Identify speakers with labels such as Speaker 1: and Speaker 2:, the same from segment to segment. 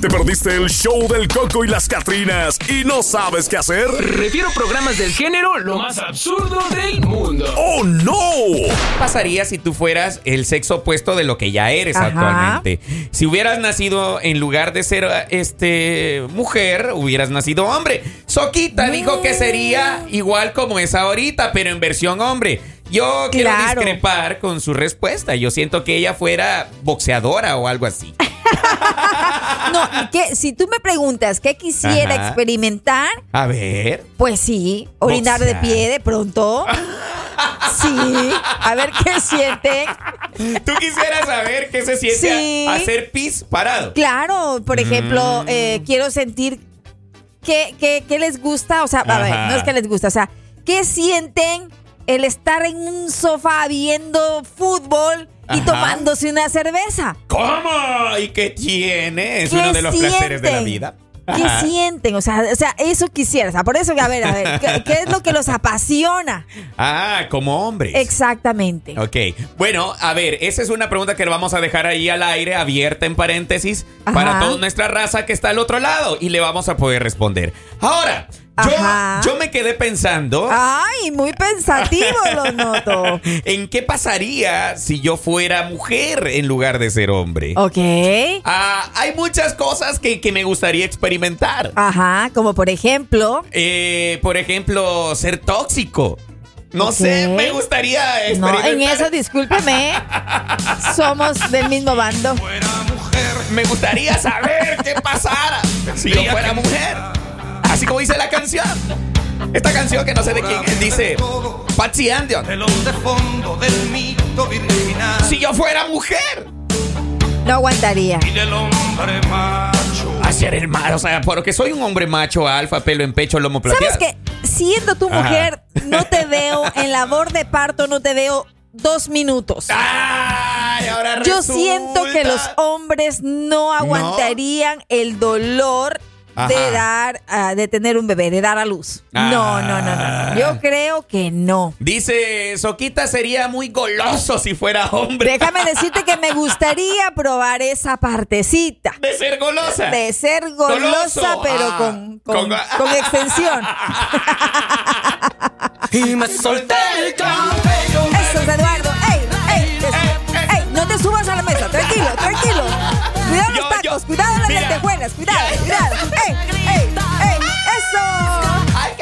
Speaker 1: ¿Te perdiste el show del Coco y las Catrinas y no sabes qué hacer?
Speaker 2: Refiero programas del género lo más absurdo del mundo.
Speaker 1: ¡Oh, no!
Speaker 3: ¿Qué pasaría si tú fueras el sexo opuesto de lo que ya eres
Speaker 4: Ajá.
Speaker 3: actualmente? Si hubieras nacido en lugar de ser este mujer, hubieras nacido hombre. Soquita dijo que sería igual como es ahorita, pero en versión hombre. Yo quiero
Speaker 4: Claro.
Speaker 3: discrepar con su respuesta. Yo siento que ella fuera boxeadora o algo así.
Speaker 4: No, y que si tú me preguntas qué quisiera
Speaker 3: Ajá.
Speaker 4: experimentar,
Speaker 3: A ver.
Speaker 4: pues sí, orinar
Speaker 3: Boxear.
Speaker 4: de pie de pronto. Sí, a ver qué sienten.
Speaker 3: Tú quisieras saber qué se siente
Speaker 4: Sí.
Speaker 3: a- hacer pis parado.
Speaker 4: Claro, por ejemplo,
Speaker 3: Mm.
Speaker 4: eh, quiero sentir qué, qué- qué les gusta, o sea, a ver,
Speaker 3: Ajá.
Speaker 4: no es que les gusta, o sea, qué sienten el estar en un sofá viendo fútbol y
Speaker 3: Ajá.
Speaker 4: tomándose una cerveza.
Speaker 3: ¿Cómo? ¿Y qué tiene? Es
Speaker 4: ¿Qué
Speaker 3: uno de los placeres de la
Speaker 4: sienten?
Speaker 3: vida.
Speaker 4: ¿Qué
Speaker 3: Ajá.
Speaker 4: sienten? O sea, o sea, eso quisiera. O sea, por eso, a ver, a ver, ¿qué, qué es lo que los apasiona?
Speaker 3: Ah, como hombres.
Speaker 4: Exactamente.
Speaker 3: Ok, bueno, a ver, esa es una pregunta que le vamos a dejar ahí al aire, abierta en paréntesis,
Speaker 4: Ajá.
Speaker 3: para toda nuestra raza que está al otro lado y le vamos a poder responder. Ahora,
Speaker 4: Ajá. Ah,
Speaker 3: yo, yo me quedé pensando
Speaker 4: Ay, muy pensativo lo noto.
Speaker 3: en qué pasaría si yo fuera mujer en lugar de ser hombre.
Speaker 4: Oh. Ok.
Speaker 3: Ah, hay muchas cosas que, que me gustaría experimentar.
Speaker 4: Ah. Ajá, como por ejemplo.
Speaker 3: Eh, por ejemplo, ser tóxico. No sé,
Speaker 4: Ok.
Speaker 3: me gustaría
Speaker 4: No,
Speaker 3: experimentar.
Speaker 4: en eso discúlpeme. Somos del mismo bando.
Speaker 3: Me gustaría saber qué pasara si yo fuera mujer. Así como dice la canción. Esta canción que no sé de quién es, dice Patsy Andion.
Speaker 5: Telón de fondo del mito virginal
Speaker 3: Si yo fuera mujer,
Speaker 4: No aguantaría.
Speaker 5: y del hombre macho.
Speaker 3: hacer el mal. O sea, porque soy un hombre macho, alfa, pelo en pecho, lomo plateado.
Speaker 4: ¿Sabes qué? Siendo tu
Speaker 3: Ajá.
Speaker 4: mujer, no te veo en labor de parto, no te veo dos minutos.
Speaker 3: Ah, Ay, ahora
Speaker 4: Yo siento que los
Speaker 3: resulta.
Speaker 4: hombres no aguantarían el dolor
Speaker 3: Ajá.
Speaker 4: de dar, ah, de tener un bebé, de dar a luz. No, no, no, no,
Speaker 3: Ah.
Speaker 4: no. Yo creo que no.
Speaker 3: Dice, Soquita sería muy goloso si fuera hombre.
Speaker 4: Déjame decirte que me gustaría probar esa partecita.
Speaker 3: De ser golosa.
Speaker 4: De ser golosa,
Speaker 3: Goloso.
Speaker 4: pero
Speaker 3: Ah.
Speaker 4: con, con,
Speaker 3: Con-
Speaker 4: con extensión.
Speaker 3: Y me solté el cabello.
Speaker 4: Eso es Eduardo. ¡Ey! ¡Ey! te- ¡Ey! No te subas a la mesa. Tranquilo, tranquilo. Cuidado
Speaker 3: Yo-
Speaker 4: los tacos,
Speaker 3: yo-
Speaker 4: cuidado las
Speaker 3: mira.
Speaker 4: lentejuelas, cuidado, cuidado. ¡Ey! ¡Ey! ¡Ey! ¡Eso!
Speaker 3: Ay,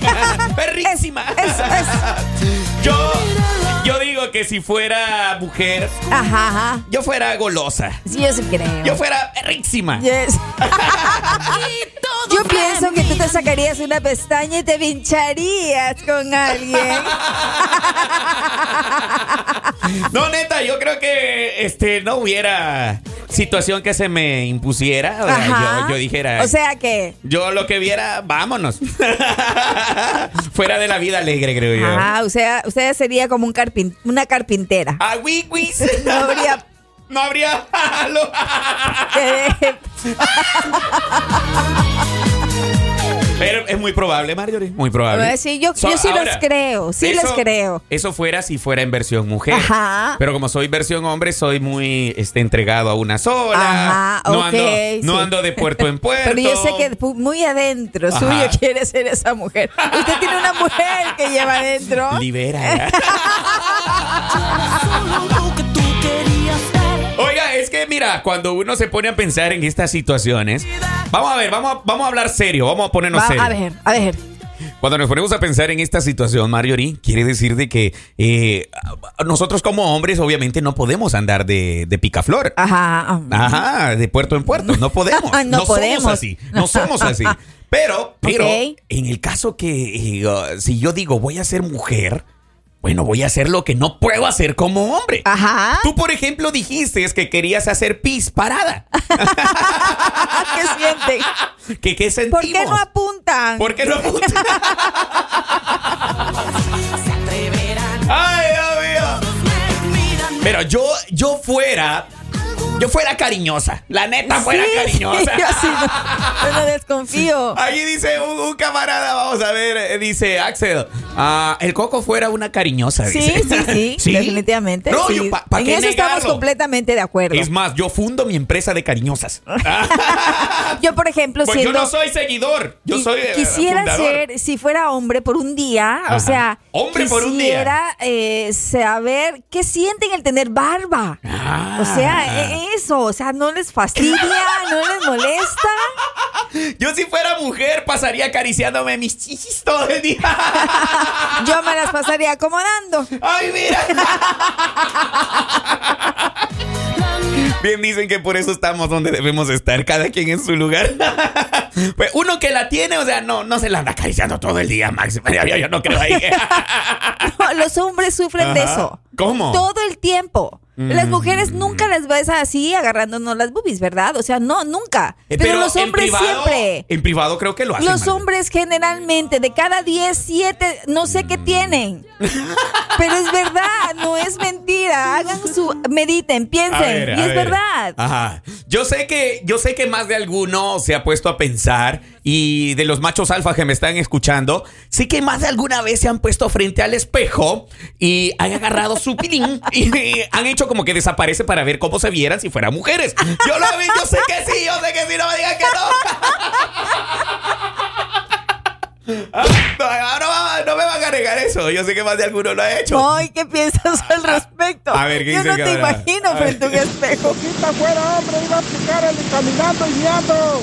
Speaker 3: qué perrísima.
Speaker 4: Eso, eso.
Speaker 3: Yo, yo digo que si fuera mujer,
Speaker 4: Ajá, ajá.
Speaker 3: yo fuera golosa.
Speaker 4: Sí, yo sí creo.
Speaker 3: Yo fuera perrísima.
Speaker 4: Yes. Yo pienso que tú te sacarías una pestaña y te pincharías con alguien.
Speaker 3: No, neta, yo creo que este no hubiera situación que se me impusiera. O sea,
Speaker 4: Ajá.
Speaker 3: yo, yo dijera.
Speaker 4: O sea que.
Speaker 3: yo lo que viera, vámonos. Fuera de la vida alegre, creo yo.
Speaker 4: Ajá, o sea, usted sería como un carpin- una carpintera.
Speaker 3: A Wiwis.
Speaker 4: No habría.
Speaker 3: Ah, No habría palo. Ah,
Speaker 4: que-
Speaker 3: Pero es muy probable, Marjorie. Muy probable.
Speaker 4: Pues sí, yo- yo sí los creo, sí los creo.
Speaker 3: Eso fuera si fuera en versión mujer.
Speaker 4: Ajá.
Speaker 3: Pero como soy versión hombre, soy muy este, entregado a una sola.
Speaker 4: Ajá,
Speaker 3: no
Speaker 4: ok,
Speaker 3: Ando, No
Speaker 4: sí.
Speaker 3: ando de puerto en puerto.
Speaker 4: Pero yo sé que pu- muy adentro
Speaker 3: Ajá.
Speaker 4: suyo quiere ser esa mujer. Usted tiene una mujer que lleva adentro.
Speaker 3: Libera. Oiga, es que mira, cuando uno se pone a pensar en estas situaciones, vamos a ver, vamos a, vamos a hablar serio, vamos a ponernos
Speaker 4: Va-
Speaker 3: serios.
Speaker 4: a ver, a ver.
Speaker 3: Cuando nos ponemos a pensar en esta situación, Marjorie, quiere decir de que eh, nosotros como hombres obviamente no podemos andar de, de picaflor.
Speaker 4: Ajá.
Speaker 3: Ah. Ajá, de puerto en puerto. No podemos.
Speaker 4: Ah. No podemos.
Speaker 3: somos así. No somos así. Pero, pero,
Speaker 4: Ok.
Speaker 3: en el caso que eh, uh, si yo digo voy a ser mujer, bueno, voy a hacer lo que no puedo hacer como hombre.
Speaker 4: Ajá.
Speaker 3: Tú, por ejemplo, dijiste que querías hacer pis parada.
Speaker 4: ¿Qué sienten?
Speaker 3: ¿Qué, qué sentimos?
Speaker 4: ¿Por qué no apuntan?
Speaker 3: ¿Por qué no apuntas? ¡Ay, Dios mío! Pero yo, yo fuera Yo fuera cariñosa. La neta fuera
Speaker 4: Sí,
Speaker 3: cariñosa.
Speaker 4: sí, yo sí, no, yo no desconfío.
Speaker 3: Ahí dice un, un camarada, vamos a ver, eh, dice Axel, ah, el coco fuera una cariñosa.
Speaker 4: Sí,
Speaker 3: dice.
Speaker 4: sí, sí, definitivamente.
Speaker 3: No,
Speaker 4: sí.
Speaker 3: yo, ¿pa- pa'
Speaker 4: en
Speaker 3: qué
Speaker 4: eso estamos
Speaker 3: negarlo?
Speaker 4: completamente de acuerdo.
Speaker 3: Es más, yo fundo mi empresa de cariñosas.
Speaker 4: Yo, por ejemplo,
Speaker 3: Pues yo
Speaker 4: siendo
Speaker 3: no soy seguidor, yo
Speaker 4: Qui-
Speaker 3: soy eh,
Speaker 4: quisiera
Speaker 3: fundador.
Speaker 4: ser, si fuera hombre por un día,
Speaker 3: Ajá.
Speaker 4: o sea,
Speaker 3: Hombre por un
Speaker 4: quisiera, eh, saber qué sienten el tener barba.
Speaker 3: Ah.
Speaker 4: O sea, e- eso, o sea, no les fastidia, no les molesta.
Speaker 3: Yo si fuera mujer pasaría acariciándome mis chichis todo el día.
Speaker 4: Yo me las pasaría acomodando.
Speaker 3: ¡Ay, mira! Bien dicen que por eso estamos donde debemos estar, cada quien en su lugar. Pues uno que la tiene, o sea, no, no se la anda acariciando todo el día, Max. Yo, yo- yo no creo ahí.
Speaker 4: No, los hombres sufren de
Speaker 3: Ajá.
Speaker 4: eso.
Speaker 3: ¿Cómo? Mm.
Speaker 4: Todo el tiempo. Las mujeres nunca las ves así agarrándonos las boobies, ¿verdad? O sea, no, nunca.
Speaker 3: Eh,
Speaker 4: Pero, los
Speaker 3: en
Speaker 4: hombres
Speaker 3: privado- eh,
Speaker 4: siempre.
Speaker 3: En privado creo que lo hacen.
Speaker 4: Los
Speaker 3: Max.
Speaker 4: hombres generalmente, de cada 10, 7, no sé qué tienen. Pero es verdad, no es mentira. Hagan su. Mediten,
Speaker 3: A
Speaker 4: piensen.
Speaker 3: ver,
Speaker 4: y
Speaker 3: a
Speaker 4: es
Speaker 3: ver. Ah.
Speaker 4: verdad.
Speaker 3: Ajá. Yo sé que, yo sé que más de alguno se ha puesto a pensar y de los machos alfa que me están escuchando, sí que más de alguna vez se han puesto frente al espejo y han agarrado su pilín y, y han hecho como que desaparece para ver cómo se vieran si fueran mujeres. Yo lo vi, yo sé que sí, yo sé que sí, no me digan que no. Ah, No, no, no me van a negar eso. Yo sé que más de alguno lo ha hecho.
Speaker 4: Ay, ¿qué piensas al respecto?
Speaker 3: a ver, ¿qué
Speaker 4: Yo
Speaker 3: dice
Speaker 4: no
Speaker 3: el
Speaker 4: te
Speaker 3: camarada? A
Speaker 4: imagino
Speaker 3: ver.
Speaker 4: frente a un espejo.
Speaker 6: Quita fuera, hombre, iba a aplicar el caminando y guiando.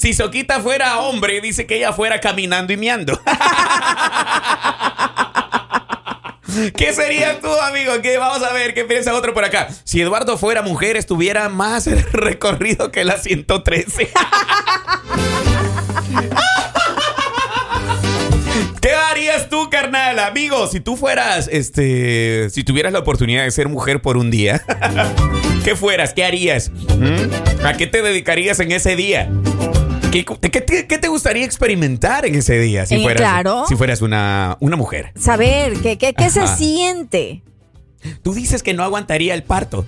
Speaker 3: Si Soquita fuera hombre, dice que ella fuera caminando y miando. ¿Qué sería tú, amigo? ¿Qué? Vamos a ver, ¿qué piensa otro por acá? Si Eduardo fuera mujer, estuviera más recorrido que la 113. ¿Qué harías tú, carnal? Amigo, si tú fueras, este, si tuvieras la oportunidad de ser mujer por un día, ¿qué fueras? ¿Qué harías? ¿Mm? ¿A qué te dedicarías en ese día? ¿Qué, qué te- qué te gustaría experimentar en ese día si
Speaker 4: Eh,
Speaker 3: fueras,
Speaker 4: claro.
Speaker 3: si fueras una, una mujer?
Speaker 4: Saber, ¿qué, qué, qué se
Speaker 3: Ajá.
Speaker 4: siente?
Speaker 3: Tú dices que no aguantaría el parto.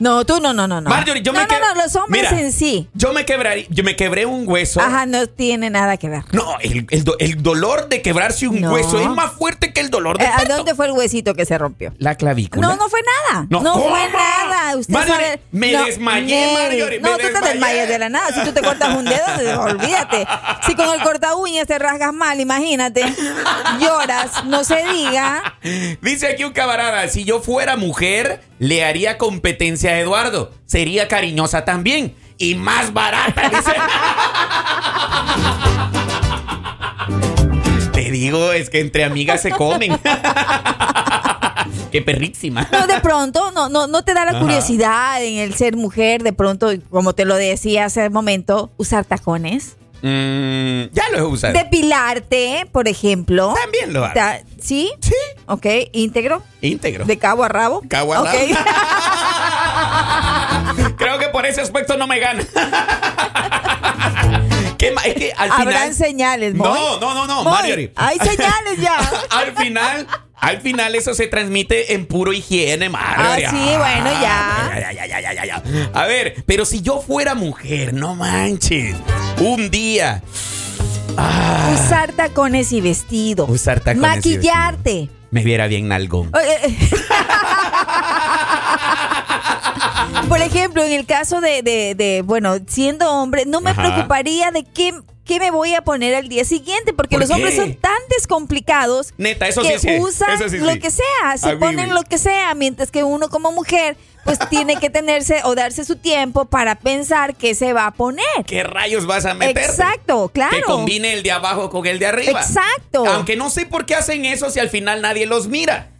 Speaker 4: No, tú no, no, no. no.
Speaker 3: Marjorie, yo
Speaker 4: no,
Speaker 3: me
Speaker 4: no,
Speaker 3: que-
Speaker 4: no, los hombres
Speaker 3: Mira.
Speaker 4: en sí.
Speaker 3: Yo me quebraría, yo me quebré un hueso.
Speaker 4: Ajá, no tiene nada que ver.
Speaker 3: No, el, el do- el dolor de quebrarse un
Speaker 4: No.
Speaker 3: hueso es más fuerte que el dolor de
Speaker 4: Eh, ¿A
Speaker 3: parto.
Speaker 4: dónde fue el huesito que se rompió?
Speaker 3: La clavícula.
Speaker 4: No, no fue nada.
Speaker 3: No,
Speaker 4: No,
Speaker 3: ¿cómo?
Speaker 4: fue nada. Usted
Speaker 3: Marjorie,
Speaker 4: sabe-
Speaker 3: me
Speaker 4: No,
Speaker 3: desmayé,
Speaker 4: Nel.
Speaker 3: Marjorie, me
Speaker 4: No, tú te
Speaker 3: desmayé.
Speaker 4: desmayas de la nada. Si tú te cortas un dedo, te- olvídate. Si con el corta uñas te rasgas mal, imagínate. Lloras, no se diga.
Speaker 3: Dice aquí un camarada, si yo fuera mujer, le haría competencia a Eduardo. Sería cariñosa también. Y más barata, dice. Te digo, es que entre amigas se comen. Qué perrísima.
Speaker 4: No, de pronto, no, no, no te da la
Speaker 3: Ajá.
Speaker 4: curiosidad en el ser mujer. De pronto, como te lo decía hace un momento, usar tacones.
Speaker 3: Mm, ya lo he usado.
Speaker 4: Depilarte, por ejemplo.
Speaker 3: También lo hago.
Speaker 4: Ta- ¿Sí?
Speaker 3: Sí,
Speaker 4: Ok, íntegro.
Speaker 3: íntegro.
Speaker 4: De cabo a rabo.
Speaker 3: Cabo a
Speaker 4: Ok.
Speaker 3: Creo que por ese aspecto no me gana. ¿Qué ma- es que al final...
Speaker 4: Habrán señales, Moy.
Speaker 3: No, no, no, no,
Speaker 4: Moy,
Speaker 3: Marjorie.
Speaker 4: Hay señales ya.
Speaker 3: al final, al final eso se transmite en puro higiene, madre.
Speaker 4: Ah, sí, bueno, ya.
Speaker 3: Ya, ya, ya, ya, ya, ya. A ver, pero si yo fuera mujer, no manches. Un día
Speaker 4: Usar tacones y vestido.
Speaker 3: Usar tacones y
Speaker 4: Maquillarte.
Speaker 3: me viera bien nalgón.
Speaker 4: Eh, eh. Por ejemplo, en el caso de, de- de, bueno, siendo hombre, no me
Speaker 3: Ajá.
Speaker 4: preocuparía de qué, qué me voy a poner al día siguiente, porque
Speaker 3: ¿Por
Speaker 4: los hombres
Speaker 3: qué?
Speaker 4: son tan descomplicados
Speaker 3: Neta, eso
Speaker 4: que
Speaker 3: sí, sí,
Speaker 4: usan
Speaker 3: eso sí,
Speaker 4: lo
Speaker 3: sí.
Speaker 4: que sea, se
Speaker 3: Ah, oui,
Speaker 4: ponen
Speaker 3: oui.
Speaker 4: lo que sea, mientras que uno como mujer, pues tiene que tenerse o darse su tiempo para pensar qué se va a poner.
Speaker 3: ¿Qué rayos vas a meter?
Speaker 4: Exacto, claro.
Speaker 3: Que combine el de abajo con el de arriba.
Speaker 4: Exacto.
Speaker 3: Aunque no sé por qué hacen eso si al final nadie los mira.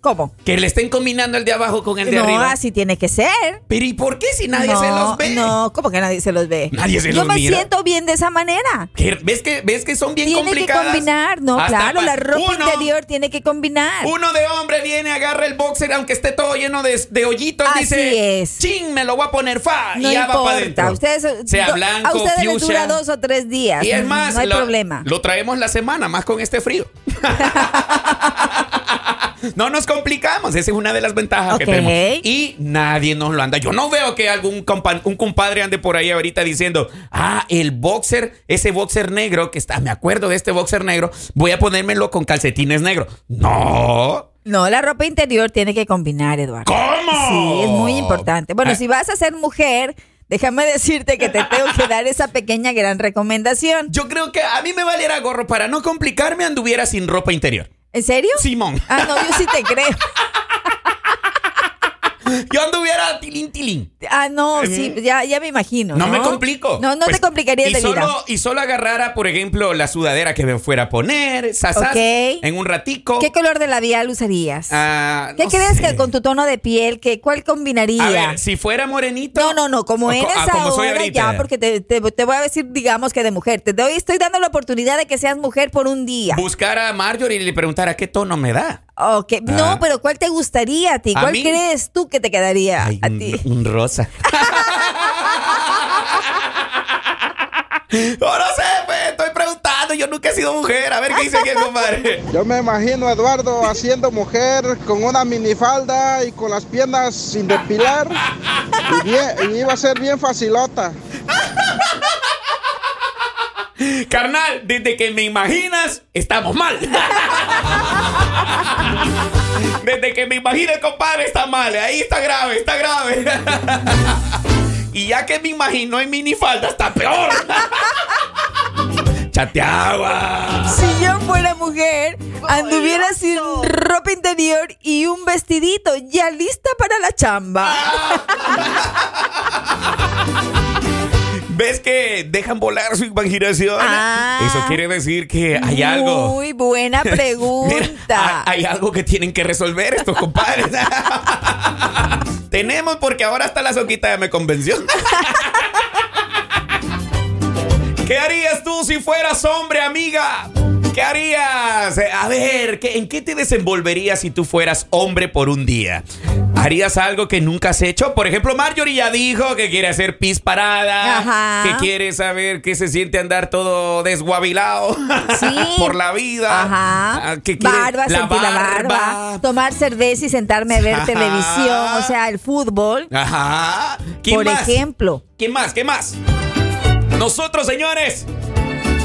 Speaker 4: ¿Cómo?
Speaker 3: Que le estén combinando el de abajo con el de
Speaker 4: no,
Speaker 3: arriba.
Speaker 4: así tiene que ser.
Speaker 3: Pero ¿y por qué si nadie
Speaker 4: no,
Speaker 3: se los ve?
Speaker 4: No, ¿cómo que nadie se los ve?
Speaker 3: Nadie se
Speaker 4: Yo
Speaker 3: los
Speaker 4: me
Speaker 3: mira.
Speaker 4: siento bien de esa manera.
Speaker 3: ¿Qué? ¿Ves que, ¿Ves que son bien
Speaker 4: tiene que
Speaker 3: complicadas?
Speaker 4: combinar, ¿no?
Speaker 3: Hasta
Speaker 4: claro,
Speaker 3: pa-
Speaker 4: la ropa
Speaker 3: uno-
Speaker 4: interior tiene que combinar.
Speaker 3: Uno de hombre viene, agarra el boxer, aunque esté todo lleno de, de hoyitos,
Speaker 4: Así
Speaker 3: dice,
Speaker 4: es.
Speaker 3: ching, me lo voy a poner, fa,
Speaker 4: no
Speaker 3: y ya va para
Speaker 4: importa.
Speaker 3: adentro.
Speaker 4: Ustedes,
Speaker 3: sea
Speaker 4: do-
Speaker 3: blanco,
Speaker 4: a ustedes les
Speaker 3: fucsia.
Speaker 4: dura dos o tres días.
Speaker 3: Y es más,
Speaker 4: no hay
Speaker 3: lo,
Speaker 4: problema.
Speaker 3: lo traemos la semana, más con este frío. No nos complicamos. Esa es una de las ventajas
Speaker 4: Ok.
Speaker 3: que tenemos. Y nadie nos lo anda. Yo no veo que algún compa- un compadre ande por ahí ahorita diciendo, ah, el boxer, ese boxer negro que está, me acuerdo de este boxer negro, voy a ponérmelo con calcetines negros. No.
Speaker 4: No, la ropa interior tiene que combinar, Eduardo.
Speaker 3: ¿Cómo?
Speaker 4: Sí, es muy importante. Bueno,
Speaker 3: Ah.
Speaker 4: si vas a ser mujer, déjame decirte que te tengo que dar esa pequeña gran recomendación.
Speaker 3: Yo creo que a mí me valiera gorro para no complicarme anduviera sin ropa interior.
Speaker 4: ¿En serio?
Speaker 3: Simón.
Speaker 4: Ah, no, yo sí te creo.
Speaker 3: Yo anduviera tilín tilín.
Speaker 4: Ah, no, sí, ya, ya me imagino.
Speaker 3: Eh, No, me complico.
Speaker 4: No, no
Speaker 3: Pues,
Speaker 4: te complicaría
Speaker 3: y
Speaker 4: la
Speaker 3: solo,
Speaker 4: vida.
Speaker 3: Y solo agarrara, por ejemplo, la sudadera que me fuera a poner, sasas,
Speaker 4: Ok.
Speaker 3: en un ratico.
Speaker 4: ¿Qué color de labial usarías?
Speaker 3: Ah,
Speaker 4: ¿Qué
Speaker 3: no
Speaker 4: crees
Speaker 3: sé.
Speaker 4: que con tu tono de piel, que, cuál combinaría?
Speaker 3: A ver, si fuera morenito.
Speaker 4: No, no, no, como
Speaker 3: O co-
Speaker 4: eres
Speaker 3: ah, como soy
Speaker 4: ahora
Speaker 3: ahorita.
Speaker 4: ya, porque te, te- te voy a decir, digamos que de mujer. Te doy, estoy dando la oportunidad de que seas mujer por un día.
Speaker 3: Buscar a Marjorie y le preguntara qué tono me da.
Speaker 4: Ok,
Speaker 3: Ah.
Speaker 4: no, pero ¿cuál te gustaría a ti?
Speaker 3: ¿A
Speaker 4: ¿Cuál
Speaker 3: mí?
Speaker 4: crees tú que te quedaría
Speaker 3: Ay,
Speaker 4: a
Speaker 3: un,
Speaker 4: ti?
Speaker 3: un rosa. no, no sé, pues, estoy preguntando. Yo nunca he sido mujer. A ver qué dice aquí el compadre.
Speaker 6: Yo me imagino a Eduardo haciendo mujer con una minifalda y con las piernas sin depilar. Y, bien- y iba a ser bien facilota.
Speaker 3: Carnal, desde que me imaginas, estamos mal. Desde que me imaginas, compadre, está mal. Ahí está grave, está grave. Y ya que me imagino en minifalda, está peor. Chateaba.
Speaker 4: Si yo fuera mujer, anduviera sin ropa interior y un vestidito ya lista para la chamba.
Speaker 3: ¿Ves que dejan volar su imaginación?
Speaker 4: Ah.
Speaker 3: Eso quiere decir que Eh, hay algo.
Speaker 4: Muy buena
Speaker 3: Mira, ah,
Speaker 4: pregunta.
Speaker 3: hay, hay algo que tienen que resolver estos compadres. Tenemos porque ahora hasta la soquita ya me convenció. ¿Qué harías tú si fueras hombre, amiga? ¿Qué harías? Eh, A ver, ¿qué- ¿en qué te desenvolverías si tú fueras hombre por un día? ¿Harías algo que nunca has hecho? Por ejemplo, Marjorie ya dijo que quiere hacer pis parada,
Speaker 4: Ajá.
Speaker 3: que quiere saber qué se siente andar todo desguabilado
Speaker 4: Sí.
Speaker 3: por la vida.
Speaker 4: Ajá.
Speaker 3: Ah, ¿qué quiere?
Speaker 4: barba, sentir la barba. Tomar cerveza y sentarme a ver
Speaker 3: Ajá.
Speaker 4: televisión, o sea, el fútbol,
Speaker 3: Ajá. ¿Quién
Speaker 4: por
Speaker 3: más?
Speaker 4: ejemplo.
Speaker 3: ¿Qué más? ¿Qué más? Nosotros, señores.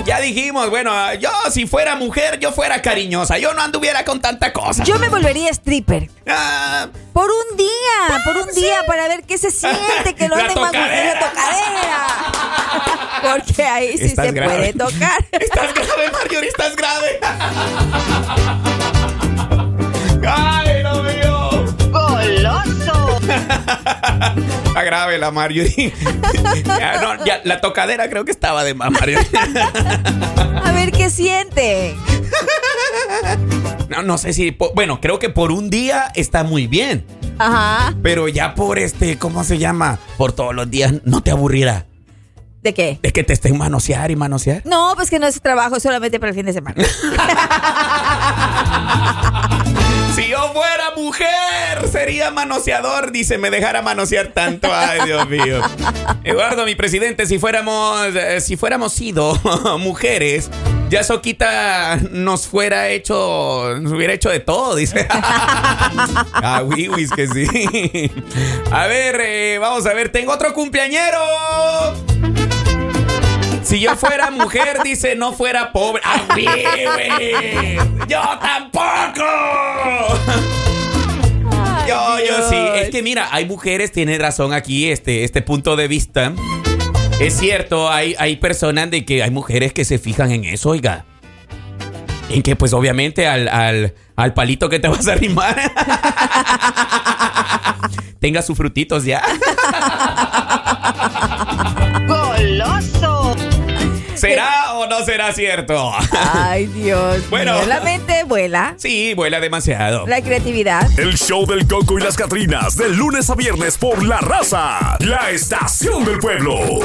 Speaker 3: Ya dijimos, bueno, ah, yo si fuera mujer, yo fuera cariñosa. Yo no anduviera con tanta cosa.
Speaker 4: Yo me volvería stripper.
Speaker 3: Ah,
Speaker 4: Por un día, por un día, para ver qué se siente que lo
Speaker 3: La
Speaker 4: anden más
Speaker 3: tocadera.
Speaker 4: la tocadera. Porque ahí sí
Speaker 3: Estás
Speaker 4: se
Speaker 3: grave.
Speaker 4: puede tocar.
Speaker 3: Estás grave, Marjorie, estás grave. ¡Ay, no mío! ¡Goloso! Está grave la Marjorie. Ya, no, ya, la tocadera creo que estaba de más, Marjorie.
Speaker 4: A ver qué siente.
Speaker 3: No, no sé si. po- Bueno, creo que por un día está muy bien.
Speaker 4: Ajá.
Speaker 3: Pero ya por este, ¿cómo se llama? Por todos los días no te aburrirá.
Speaker 4: ¿De qué?
Speaker 3: Es que te estén manosear y manosear.
Speaker 4: No, pues que no es trabajo, es solamente para el fin de semana.
Speaker 3: Si yo fuera mujer, sería manoseador. Dice, me dejara manosear tanto. Ay, Dios mío. Eduardo, mi presidente, si fuéramos, eh, si fuéramos sido mujeres, ya Soquita nos fuera hecho, nos hubiera hecho de todo, dice. ah, wiwis que sí. A ver, eh, vamos a ver, tengo otro cumpleañero. Si yo fuera mujer, dice, no fuera pobre. ¡Ah, güey! ¡Yo tampoco! Yo, yo sí.
Speaker 4: Dios.
Speaker 3: Es que mira, hay mujeres, tiene razón aquí este, este punto de vista. Es cierto, hay, hay personas de que hay mujeres que se fijan en eso, oiga. En que pues obviamente al, al, al palito que te vas a arrimar. Tenga sus frutitos ya. ¿Será o no será cierto?
Speaker 4: Ay, Dios.
Speaker 3: Bueno.
Speaker 4: mío, La mente vuela,
Speaker 3: Sí, vuela demasiado.
Speaker 4: la creatividad.
Speaker 1: El show del Coco y las Catrinas, de lunes a viernes por La Raza, la estación del pueblo.